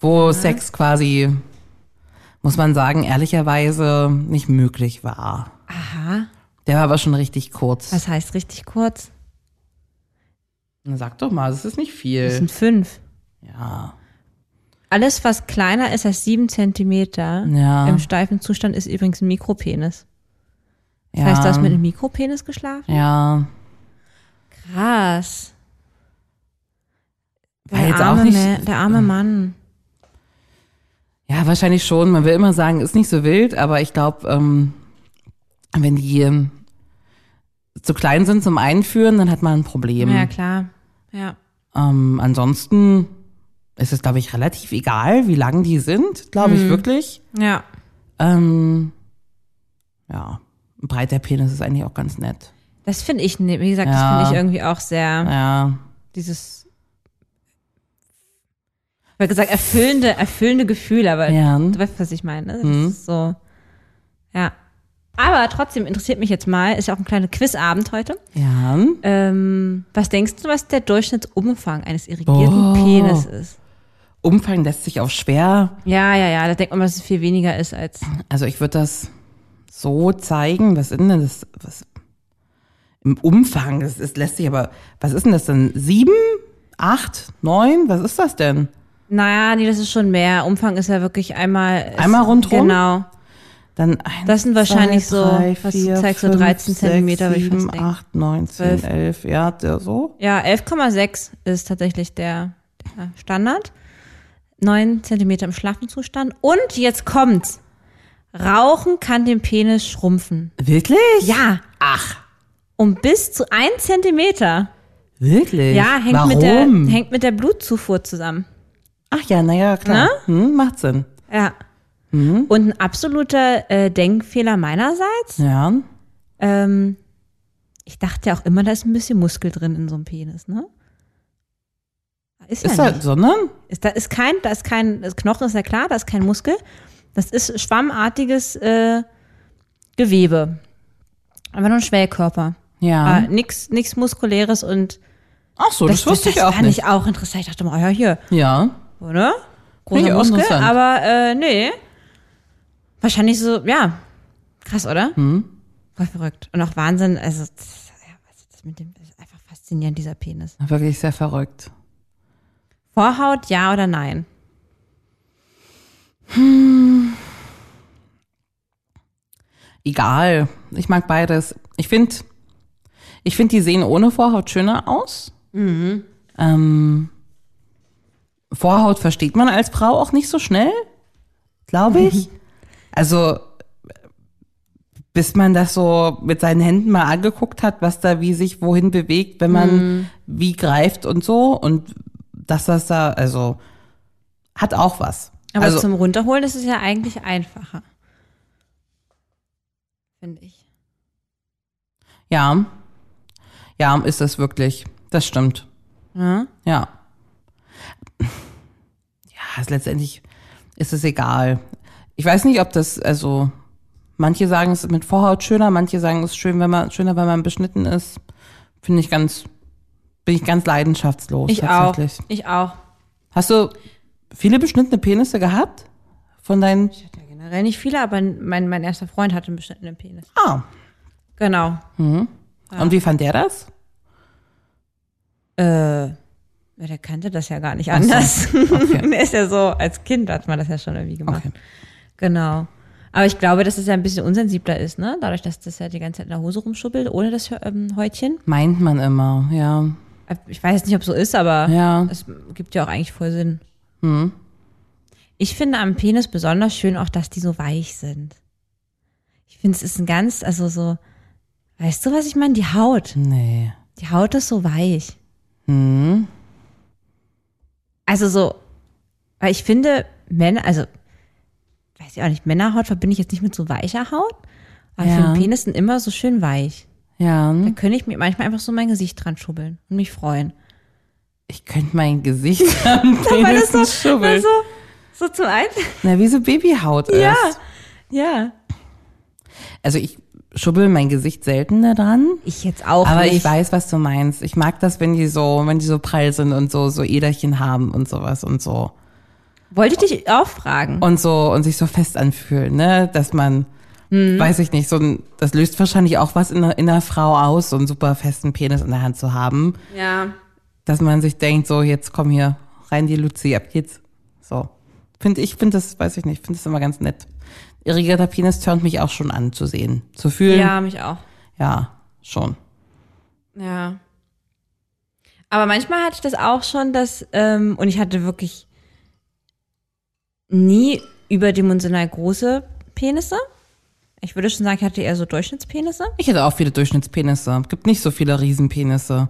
Speaker 2: wo Sex quasi, muss man sagen, ehrlicherweise nicht möglich war. Aha. Der war aber schon richtig kurz.
Speaker 3: Was heißt richtig
Speaker 2: Äh.
Speaker 3: kurz?
Speaker 2: Na, Sag doch mal, das ist nicht
Speaker 3: Das
Speaker 2: viel.
Speaker 3: sind fünf.
Speaker 2: Ja.
Speaker 3: Alles, was kleiner ist als sieben Zentimeter
Speaker 2: Ja.
Speaker 3: im steifen Zustand, ist übrigens ein Mikropenis. Das
Speaker 2: ja.
Speaker 3: heißt, du hast mit einem Mikropenis geschlafen?
Speaker 2: Ja.
Speaker 3: Krass.
Speaker 2: War
Speaker 3: Der
Speaker 2: jetzt
Speaker 3: arme,
Speaker 2: auch nicht.
Speaker 3: Ma- der arme Mann.
Speaker 2: Ja, wahrscheinlich schon. Man will immer sagen, ist nicht so wild, aber ich glaube, ähm, wenn die ähm, zu klein sind zum Einführen, dann hat man ein Problem.
Speaker 3: Ja, klar. Ja.
Speaker 2: Ähm, ansonsten ist es, glaube ich, relativ egal, wie lang die sind, glaube ich wirklich.
Speaker 3: Ja.
Speaker 2: Ähm, ja, ein breiter Penis ist eigentlich auch ganz nett.
Speaker 3: Das finde ich, ne- wie gesagt,
Speaker 2: Ja.
Speaker 3: das finde ich irgendwie auch sehr,
Speaker 2: Ja,
Speaker 3: dieses, ich habe gesagt, erfüllende, erfüllende Gefühl, aber
Speaker 2: Ja. Mhm.
Speaker 3: du weißt, was ich meine. ne? Das ist so, ja. Aber trotzdem interessiert mich jetzt mal, ist ja auch ein kleiner Quizabend heute.
Speaker 2: ja.
Speaker 3: Ähm, was denkst du, was der Durchschnittsumfang eines irrigierten
Speaker 2: Oh.
Speaker 3: Penis ist?
Speaker 2: Umfang lässt sich auch schwer.
Speaker 3: Ja, ja, ja, da denkt man, dass es viel weniger ist als
Speaker 2: Also ich würde das so zeigen. Was ist denn das? Was? Im Umfang, das ist, lässt sich aber, was ist denn das denn? Sieben? Acht? Neun? Was ist das denn?
Speaker 3: Naja, nee, das ist schon mehr. Umfang ist ja wirklich einmal.
Speaker 2: Einmal rundrum?
Speaker 3: Genau.
Speaker 2: Dann eins,
Speaker 3: Das sind
Speaker 2: zwei,
Speaker 3: wahrscheinlich so,
Speaker 2: drei,
Speaker 3: was
Speaker 2: vier,
Speaker 3: zeigst du,
Speaker 2: fünf,
Speaker 3: 13
Speaker 2: sechs,
Speaker 3: Zentimeter, würde ich
Speaker 2: sieben,
Speaker 3: fast denken.
Speaker 2: acht, neun, zehn,
Speaker 3: Zwölf.
Speaker 2: elf, ja, der so.
Speaker 3: Ja, 11,6 ist tatsächlich der, der Standard. 9 Zentimeter im Schlafenzustand. Und jetzt kommt's. Rauchen kann den Penis schrumpfen.
Speaker 2: Wirklich?
Speaker 3: Ja. Ach. Um bis zu 1 Zentimeter.
Speaker 2: Wirklich?
Speaker 3: Ja, hängt,
Speaker 2: Äh, Warum?
Speaker 3: Mit der, hängt mit der Blutzufuhr zusammen.
Speaker 2: Ach ja, naja, klar.
Speaker 3: Ne?
Speaker 2: Hm, macht Sinn.
Speaker 3: Ja.
Speaker 2: Mhm.
Speaker 3: Und ein absoluter äh, Denkfehler meinerseits.
Speaker 2: Ja.
Speaker 3: Ähm, ich dachte ja auch immer, da ist ein bisschen Muskel drin in so einem Penis, ne? Ist,
Speaker 2: Ist
Speaker 3: ja ne?
Speaker 2: das,
Speaker 3: nicht.
Speaker 2: sondern?
Speaker 3: Ist, da ist kein, da ist kein, das Knochen ist ja klar, da ist kein Muskel. Das ist schwammartiges äh, Gewebe. Aber nur ein Schwellkörper.
Speaker 2: Ja.
Speaker 3: Aber nix, nix muskuläres und
Speaker 2: Ach so, das, wusste ich
Speaker 3: Ah, das
Speaker 2: auch
Speaker 3: fand
Speaker 2: nicht.
Speaker 3: ich auch interessant. Ich dachte mal, oh ja, hier,
Speaker 2: Ja.
Speaker 3: oder?
Speaker 2: Finde
Speaker 3: Großer
Speaker 2: ich auch
Speaker 3: Muskel,
Speaker 2: interessant.
Speaker 3: aber äh, nee. Wahrscheinlich so, ja. Krass, oder?
Speaker 2: Hm.
Speaker 3: Voll verrückt. Und auch Wahnsinn, also das, ja, also das mit dem das ist einfach faszinierend, dieser Penis.
Speaker 2: Wirklich sehr verrückt.
Speaker 3: Vorhaut, ja oder nein?
Speaker 2: Egal. Ich mag beides. Ich finde, ich finde, die sehen ohne Vorhaut schöner aus. Ähm, Vorhaut versteht man als Frau auch nicht so schnell, glaube ich. also, bis man das so mit seinen Händen mal angeguckt hat, was da wie sich wohin bewegt, wenn man wie greift und so. Und dass das da, also, hat auch was.
Speaker 3: Aber
Speaker 2: also,
Speaker 3: zum Runterholen ist es ja eigentlich einfacher. Finde ich.
Speaker 2: Ja. Ja, ist es wirklich. Das stimmt.
Speaker 3: Ja?
Speaker 2: Ja. Ja, ist letztendlich ist es egal. Ich weiß nicht, ob das, also, manche sagen es ist mit Vorhaut schöner, manche sagen es ist schön, wenn man, schöner, wenn man beschnitten ist. Finde ich ganz, bin ich ganz leidenschaftslos.
Speaker 3: Ich auch.
Speaker 2: tatsächlich.
Speaker 3: Ich auch.
Speaker 2: Hast du viele beschnittene Penisse gehabt? Von deinen,
Speaker 3: Generell nicht viele, aber mein, mein erster Freund hatte einen beschnittenen Penis.
Speaker 2: ah.
Speaker 3: Genau.
Speaker 2: Und wie fand der das?
Speaker 3: Äh, Ja, Der kannte das ja gar nicht anders.
Speaker 2: okay.
Speaker 3: Der ist ja so, als Kind hat man das ja schon irgendwie gemacht.
Speaker 2: Okay.
Speaker 3: Genau. Aber ich glaube, dass es ja ein bisschen unsensibler ist, ne? Dadurch, dass das ja die ganze Zeit in der Hose rumschubbelt, ohne das ähm, Häutchen. Äh,
Speaker 2: Meint man immer, ja.
Speaker 3: Ich weiß jetzt nicht, ob es so ist, aber
Speaker 2: Ja. Mhm.
Speaker 3: es gibt ja auch eigentlich voll Sinn. Ich finde am Penis besonders schön auch, dass die so weich sind. Ich finde, es ist ein ganz, also so, weißt du, was ich meine? Die Haut.
Speaker 2: Nee.
Speaker 3: Die Haut ist so weich. Hm.
Speaker 2: Mhm.
Speaker 3: Also so, weil ich finde, Männer, also, weiß ich auch nicht, Männerhaut verbinde ich jetzt nicht mit so weicher Haut, aber ich
Speaker 2: Ja.
Speaker 3: finde Penis sind immer so schön weich.
Speaker 2: Ja,
Speaker 3: Da könnte ich mir manchmal einfach so mein Gesicht dran schubbeln und mich freuen.
Speaker 2: ich könnte mein Gesicht am Penis
Speaker 3: so,
Speaker 2: schubbeln.
Speaker 3: so, Also, so zum einen.
Speaker 2: Na, wie so Babyhaut
Speaker 3: Ja.
Speaker 2: ist.
Speaker 3: Ja.
Speaker 2: Also ich schubbel mein Gesicht seltener dran.
Speaker 3: Ich jetzt auch
Speaker 2: aber
Speaker 3: nicht.
Speaker 2: ich weiß, was du meinst. Ich mag das, wenn die so, wenn die so prall sind und so, so Äderchen haben und sowas und so.
Speaker 3: Wollte ich dich auch fragen.
Speaker 2: und so und sich so fest anfühlen, ne? Dass man,
Speaker 3: Mhm.
Speaker 2: weiß ich nicht, so ein, das löst wahrscheinlich auch was in der, in der Frau aus, so einen super festen Penis in der Hand zu haben,
Speaker 3: ja.
Speaker 2: dass man sich denkt, so jetzt komm hier rein die Luzi, ab geht's. So, finde ich, finde das, weiß ich nicht, finde das immer ganz nett. Irrigierter Penis turnt mich auch schon an zu sehen, zu fühlen.
Speaker 3: Ja, mich auch.
Speaker 2: ja schon.
Speaker 3: Ja. Aber manchmal hatte ich das auch schon, dass, ähm, und ich hatte wirklich nie überdimensional große Penisse. Ich würde schon sagen, ich hatte eher so Durchschnittspenisse.
Speaker 2: Ich hätte auch viele Durchschnittspenisse. Gibt nicht so viele Riesenpenisse.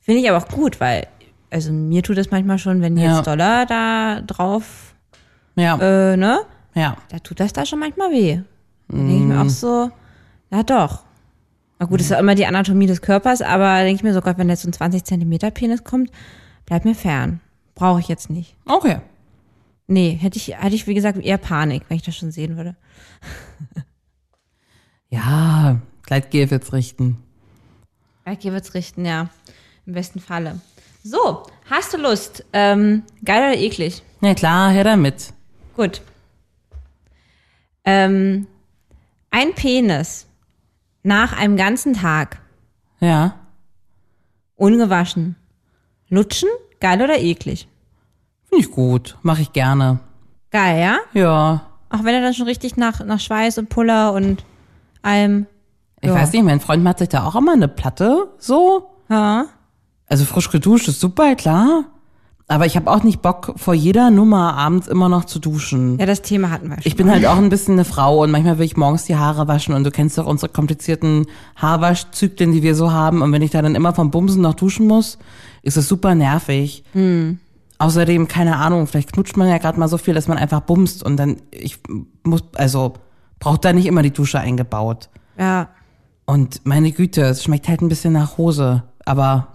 Speaker 3: Finde ich aber auch gut, weil, also mir tut das manchmal schon, wenn
Speaker 2: Ja.
Speaker 3: jetzt Dollar da drauf,
Speaker 2: Ja,
Speaker 3: äh, ne?
Speaker 2: ja.
Speaker 3: da tut das da schon manchmal weh. Da denke ich mir auch so, ja doch. Na gut, das ist ja immer die Anatomie des Körpers, aber denke ich mir so, Gott, wenn jetzt so ein 20 Zentimeter Penis kommt, bleib mir fern. Brauche ich jetzt nicht.
Speaker 2: Okay.
Speaker 3: Nee, hätte ich, hätte ich, wie gesagt, eher Panik, wenn ich das schon sehen würde.
Speaker 2: Ja, gleich geh jetzt richten.
Speaker 3: Okay, wird's richten, ja. Im besten Falle. So, hast du Lust? Ähm, geil oder eklig?
Speaker 2: Na klar, her damit.
Speaker 3: Gut. Ähm, ein Penis nach einem ganzen Tag
Speaker 2: Ja.
Speaker 3: Ungewaschen. Lutschen? Geil oder eklig?
Speaker 2: Finde ich gut, mache ich gerne.
Speaker 3: Geil, ja?
Speaker 2: Ja.
Speaker 3: Auch wenn er dann schon richtig nach, nach Schweiß und Puller und allem.
Speaker 2: Ich
Speaker 3: Ja.
Speaker 2: weiß nicht, mein Freund macht sich da auch immer eine Platte, so.
Speaker 3: Ja.
Speaker 2: Also frisch geduscht ist super, klar. Aber ich habe auch nicht Bock, vor jeder Nummer abends immer noch zu duschen.
Speaker 3: ja, das Thema hatten wir schon.
Speaker 2: Ich bin halt auch ein bisschen eine Frau und manchmal will ich morgens die Haare waschen und du kennst doch unsere komplizierten Haarwaschzyklen, die wir so haben. Und wenn ich da dann immer vom Bumsen noch duschen muss, ist es super nervig.
Speaker 3: Hm.
Speaker 2: Außerdem, keine Ahnung, vielleicht knutscht man ja gerade mal so viel, dass man einfach bumst und dann, ich muss, also braucht da nicht immer die Dusche eingebaut.
Speaker 3: ja.
Speaker 2: Und meine Güte, es schmeckt halt ein bisschen nach Hose. Aber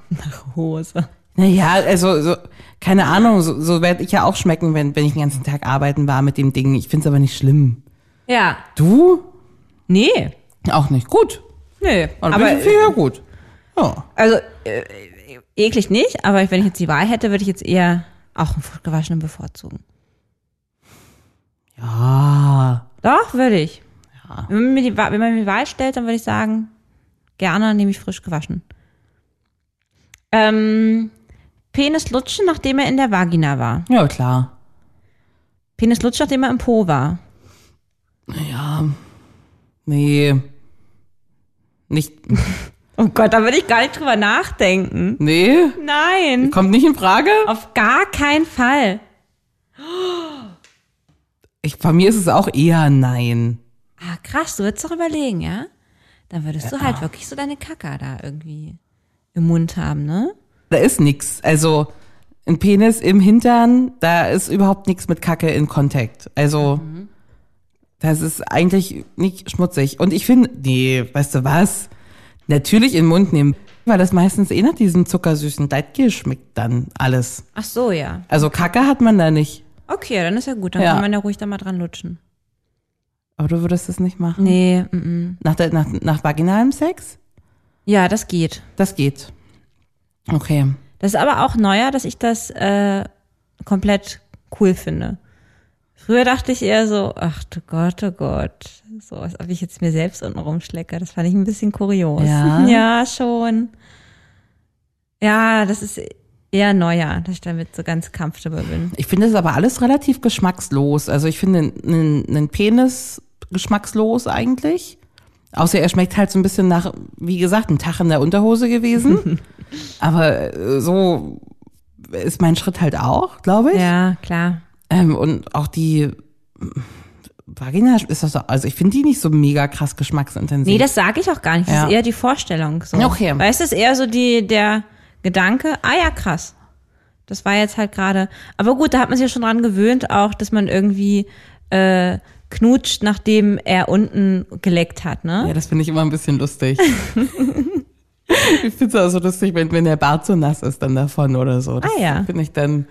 Speaker 3: Hose.
Speaker 2: naja, also so, keine Ahnung, so, so werde ich ja auch schmecken, wenn, wenn ich den ganzen Tag arbeiten war mit dem Ding. Ich finde es aber nicht schlimm.
Speaker 3: Ja.
Speaker 2: Du?
Speaker 3: Nee.
Speaker 2: Auch nicht. Gut.
Speaker 3: Nee.
Speaker 2: Und
Speaker 3: aber,
Speaker 2: ich ja gut. Ja.
Speaker 3: also, äh, eklig nicht, aber wenn ich jetzt die Wahl hätte, würde ich jetzt eher auch einen frisch gewaschenen bevorzugen.
Speaker 2: Ja.
Speaker 3: Doch, würde ich. Ja. Wenn, man mir die, Wa- wenn man mir die Wahl stellt, dann würde ich sagen, gerne nehme ich frisch gewaschen. Ähm, Penis lutschen, nachdem er in der Vagina war.
Speaker 2: Ja, klar.
Speaker 3: Penis lutschen, nachdem er im Po war.
Speaker 2: Nee. Nicht.
Speaker 3: Oh Gott, da würde ich gar nicht drüber nachdenken.
Speaker 2: Nee.
Speaker 3: Nein,
Speaker 2: Kommt nicht in Frage.
Speaker 3: auf gar keinen Fall.
Speaker 2: Ich, bei mir ist es auch eher nein.
Speaker 3: Ah, krass, du würdest doch überlegen, ja? Dann würdest du halt wirklich so deine Kacke da irgendwie im Mund haben, ne?
Speaker 2: Da ist nix. Also ein Penis im Hintern, da ist überhaupt nichts mit Kacke in Kontakt. Also das ist eigentlich nicht schmutzig. Und ich finde, nee, weißt du was? Natürlich in den Mund nehmen, weil das meistens eh nach diesem zuckersüßen Leitgel schmeckt dann alles.
Speaker 3: Ach so, ja.
Speaker 2: Also Kacke hat man da nicht.
Speaker 3: Okay, dann ist ja gut, dann
Speaker 2: Ja.
Speaker 3: kann man ja ruhig da mal dran lutschen.
Speaker 2: Aber du würdest das nicht machen?
Speaker 3: Nee, mhm.
Speaker 2: Nach, der, nach, nach vaginalem Sex?
Speaker 3: Ja, das geht.
Speaker 2: Das geht. Okay.
Speaker 3: Das ist aber auch neuer, dass ich das äh, komplett cool finde. Früher dachte ich eher so, ach du Gott, oh Gott, so als ob ich jetzt mir selbst unten rumschlecke. Das fand ich ein bisschen kurios.
Speaker 2: Ja?
Speaker 3: ja schon. Ja, das ist eher neuer, dass ich damit so ganz comfortable bin.
Speaker 2: Ich finde es aber alles relativ geschmackslos. Also ich finde einen, einen Penis geschmackslos eigentlich. Außer er schmeckt halt so ein bisschen nach, wie gesagt, ein Tag in der Unterhose gewesen. aber äh, so ist mein Schritt halt auch, glaube ich.
Speaker 3: Ja, klar.
Speaker 2: Ähm, und auch die Vagina ist das, so- also ich finde die nicht so mega krass geschmacksintensiv.
Speaker 3: Nee, das sage ich auch gar nicht. Das
Speaker 2: Ja.
Speaker 3: ist eher die Vorstellung. So.
Speaker 2: Okay.
Speaker 3: Weil es ist eher so die, der Gedanke, ah ja, krass. Das war jetzt halt gerade. Aber gut, da hat man sich ja schon dran gewöhnt, auch, dass man irgendwie äh, knutscht, nachdem er unten geleckt hat, ne?
Speaker 2: ja, das finde ich immer ein bisschen lustig. ich finde es auch so lustig, wenn, wenn der Bart so nass ist dann davon oder so. Das
Speaker 3: Ah, ja.
Speaker 2: finde ich dann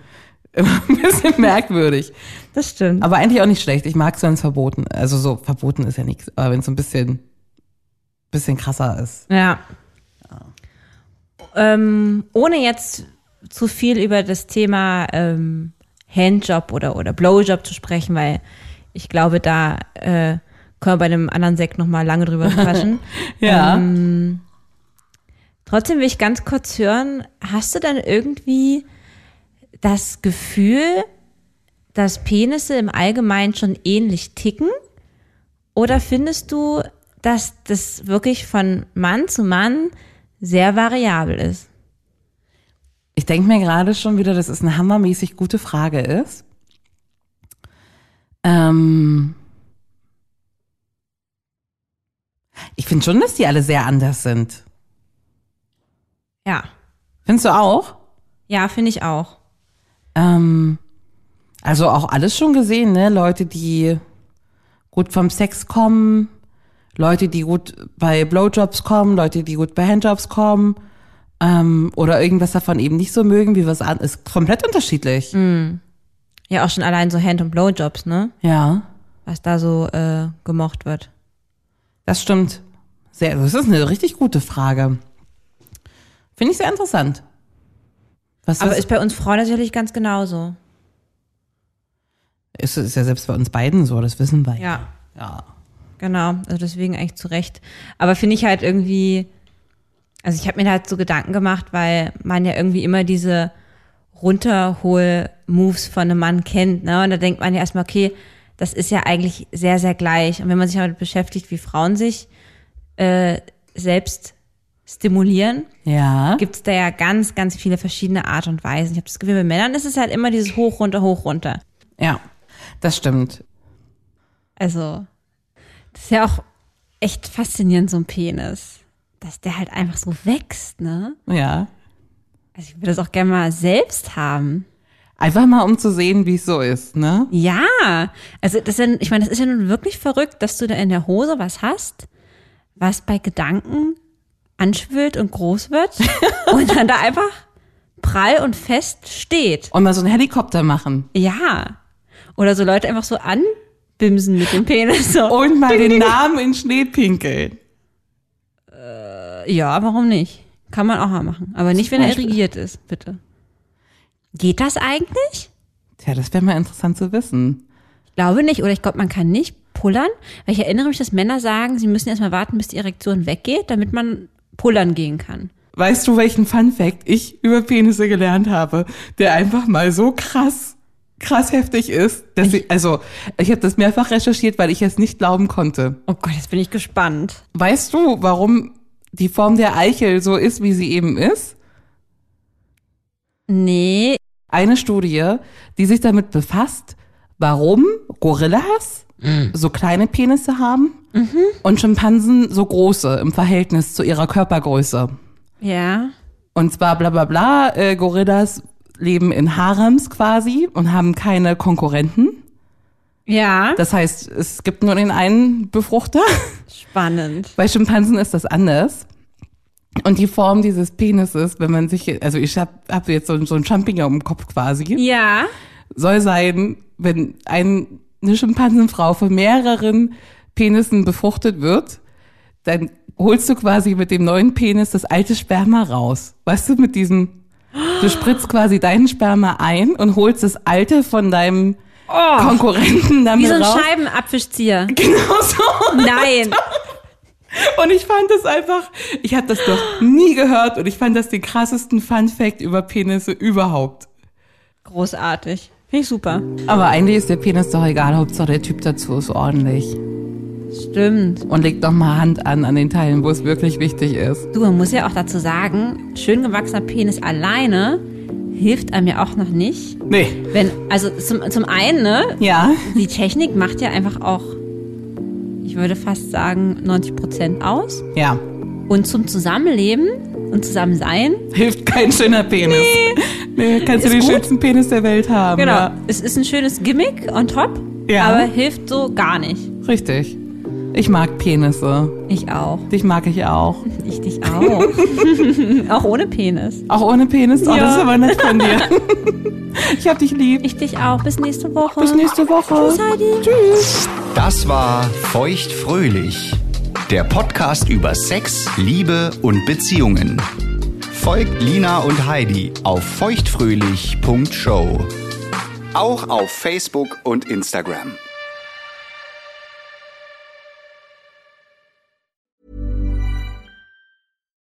Speaker 2: immer ein bisschen merkwürdig.
Speaker 3: Das stimmt.
Speaker 2: Aber eigentlich auch nicht schlecht. Ich mag es, wenn es verboten Also so, verboten ist ja nichts, aber wenn es so ein bisschen, bisschen krasser ist.
Speaker 3: Ja. Ähm, ohne jetzt zu viel über das Thema ähm, Handjob oder, oder Blowjob zu sprechen, weil ich glaube, da äh, können wir bei einem anderen Sekt nochmal lange drüber quatschen.
Speaker 2: Ja.
Speaker 3: Trotzdem will ich ganz kurz hören, hast du dann irgendwie das Gefühl, dass Penisse im Allgemeinen schon ähnlich ticken? Oder findest du, dass das wirklich von Mann zu Mann sehr variabel ist?
Speaker 2: Ich denke mir gerade schon wieder, dass es eine hammermäßig gute Frage ist. Ähm ich finde schon, dass die alle sehr anders sind.
Speaker 3: Ja.
Speaker 2: Findest du auch?
Speaker 3: Ja, finde ich auch.
Speaker 2: Ähm, also auch alles schon gesehen, ne? Leute, die gut vom Sex kommen, Leute, die gut bei Blowjobs kommen, Leute, die gut bei Handjobs kommen, ähm, oder irgendwas davon eben nicht so mögen, wie was an. Ist komplett unterschiedlich.
Speaker 3: Ja, auch schon allein so Hand- und Blowjobs, ne?
Speaker 2: Ja,
Speaker 3: Was da so äh, gemocht wird.
Speaker 2: das stimmt. Sehr, das ist eine richtig gute Frage. Finde ich sehr interessant. Was
Speaker 3: Aber
Speaker 2: das-
Speaker 3: ist bei uns Frauen natürlich ganz genauso.
Speaker 2: ist, ist ja selbst bei uns beiden so, das wissen wir ja.
Speaker 3: Ja.
Speaker 2: Ja.
Speaker 3: Genau, also deswegen eigentlich zu Recht. Aber finde ich halt irgendwie, also ich habe mir da halt so Gedanken gemacht, weil man ja irgendwie immer diese Runterhol-Moves von einem Mann kennt, ne? Und da denkt man ja erstmal, okay, das ist ja eigentlich sehr, sehr gleich. Und wenn man sich damit beschäftigt, wie Frauen sich äh, selbst stimulieren,
Speaker 2: Ja.
Speaker 3: gibt es da ja ganz, ganz viele verschiedene Art und Weisen. Ich habe das Gefühl, bei Männern ist es halt immer dieses Hoch, runter, hoch, runter.
Speaker 2: ja. Das stimmt.
Speaker 3: Also, das ist ja auch echt faszinierend, so ein Penis. Dass der halt einfach so wächst, ne?
Speaker 2: Ja.
Speaker 3: Also ich würde das auch gerne mal selbst haben.
Speaker 2: Einfach mal, um zu sehen, wie es so ist, ne?
Speaker 3: Ja, also das ist ja, ich meine, das ist ja nun wirklich verrückt, dass du da in der Hose was hast, was bei Gedanken anschwillt und groß wird und dann da einfach prall und fest steht.
Speaker 2: Und mal so einen Helikopter machen.
Speaker 3: Ja. Oder so Leute einfach so anbimsen mit dem Penis. So.
Speaker 2: Und mal den Namen in Schnee pinkeln.
Speaker 3: Ja, warum nicht? Kann man auch mal machen. Aber nicht, wenn er
Speaker 2: Beispiel.
Speaker 3: irrigiert ist, bitte. Geht das eigentlich?
Speaker 2: Tja, das wäre mal interessant zu wissen.
Speaker 3: Ich glaube nicht. Oder ich glaube, man kann nicht pullern. Weil ich erinnere mich, dass Männer sagen, sie müssen erstmal warten, bis die Erektion weggeht, damit man pullern gehen kann.
Speaker 2: Weißt du, welchen Fun Fact ich über Penisse gelernt habe, der einfach mal so krass, krass heftig ist, dass ich, also, ich habe das mehrfach recherchiert, weil ich es nicht glauben konnte.
Speaker 3: Oh Gott, jetzt bin ich gespannt.
Speaker 2: Weißt du, warum die Form der Eichel so ist, wie sie eben ist?
Speaker 3: Nee.
Speaker 2: eine Studie, die sich damit befasst, warum Gorillas so kleine Penisse haben und Schimpansen so große im Verhältnis zu ihrer Körpergröße.
Speaker 3: Ja.
Speaker 2: Und zwar bla bla bla, äh, Gorillas leben in Harems quasi und haben keine Konkurrenten.
Speaker 3: Ja.
Speaker 2: Das heißt, es gibt nur den einen Befruchter.
Speaker 3: Spannend.
Speaker 2: Bei Schimpansen ist das anders. Und die Form dieses Penises, wenn man sich, also ich habe hab jetzt so, so einen Champignon im Kopf quasi.
Speaker 3: Ja.
Speaker 2: soll sein, wenn ein, eine Schimpansenfrau von mehreren Penissen befruchtet wird, dann holst du quasi mit dem neuen Penis das alte Sperma raus. Weißt du, mit diesem, du spritzt quasi deinen Sperma ein und holst das alte von deinem Konkurrenten damit
Speaker 3: Oh. Wie so ein
Speaker 2: raus.
Speaker 3: Genau. Scheibenabwischzieher.
Speaker 2: Genau so.
Speaker 3: Nein.
Speaker 2: Und ich fand das einfach, ich habe das noch nie gehört und ich fand das den krassesten Fun Fact über Penisse überhaupt.
Speaker 3: Großartig. Finde ich super.
Speaker 2: Aber eigentlich ist der Penis doch egal, Hauptsache der Typ dazu ist ordentlich.
Speaker 3: Stimmt.
Speaker 2: Und legt noch mal Hand an, an den Teilen, wo es wirklich wichtig ist.
Speaker 3: Du, man muss ja auch dazu sagen, schön gewachsener Penis alleine hilft einem ja auch noch nicht.
Speaker 2: Nee.
Speaker 3: Wenn, also zum, zum einen, ne,
Speaker 2: Ja.
Speaker 3: die Technik macht ja einfach auch, ich würde fast sagen, 90 Prozent aus.
Speaker 2: Ja.
Speaker 3: Und zum Zusammenleben und Zusammensein,
Speaker 2: Hilft kein schöner Penis. Nee. kannst du
Speaker 3: Ist
Speaker 2: den
Speaker 3: gut.
Speaker 2: schönsten Penis der Welt haben.
Speaker 3: genau,
Speaker 2: Ja.
Speaker 3: es ist ein schönes Gimmick on top,
Speaker 2: Ja.
Speaker 3: aber hilft so gar nicht.
Speaker 2: Richtig. Ich mag Penisse.
Speaker 3: Ich auch.
Speaker 2: Dich mag ich auch.
Speaker 3: Ich dich auch. auch ohne Penis.
Speaker 2: Auch ohne Penis. Oh, das ist aber nett von dir. ich hab dich lieb.
Speaker 3: Ich dich auch. Bis nächste Woche.
Speaker 2: Bis nächste Woche.
Speaker 3: Tschüss, Heidi.
Speaker 4: Das war Feuchtfröhlich, der Podcast über Sex, Liebe und Beziehungen. Folgt Lina und Heidi auf feuchtfröhlich.show. Auch auf Facebook und Instagram.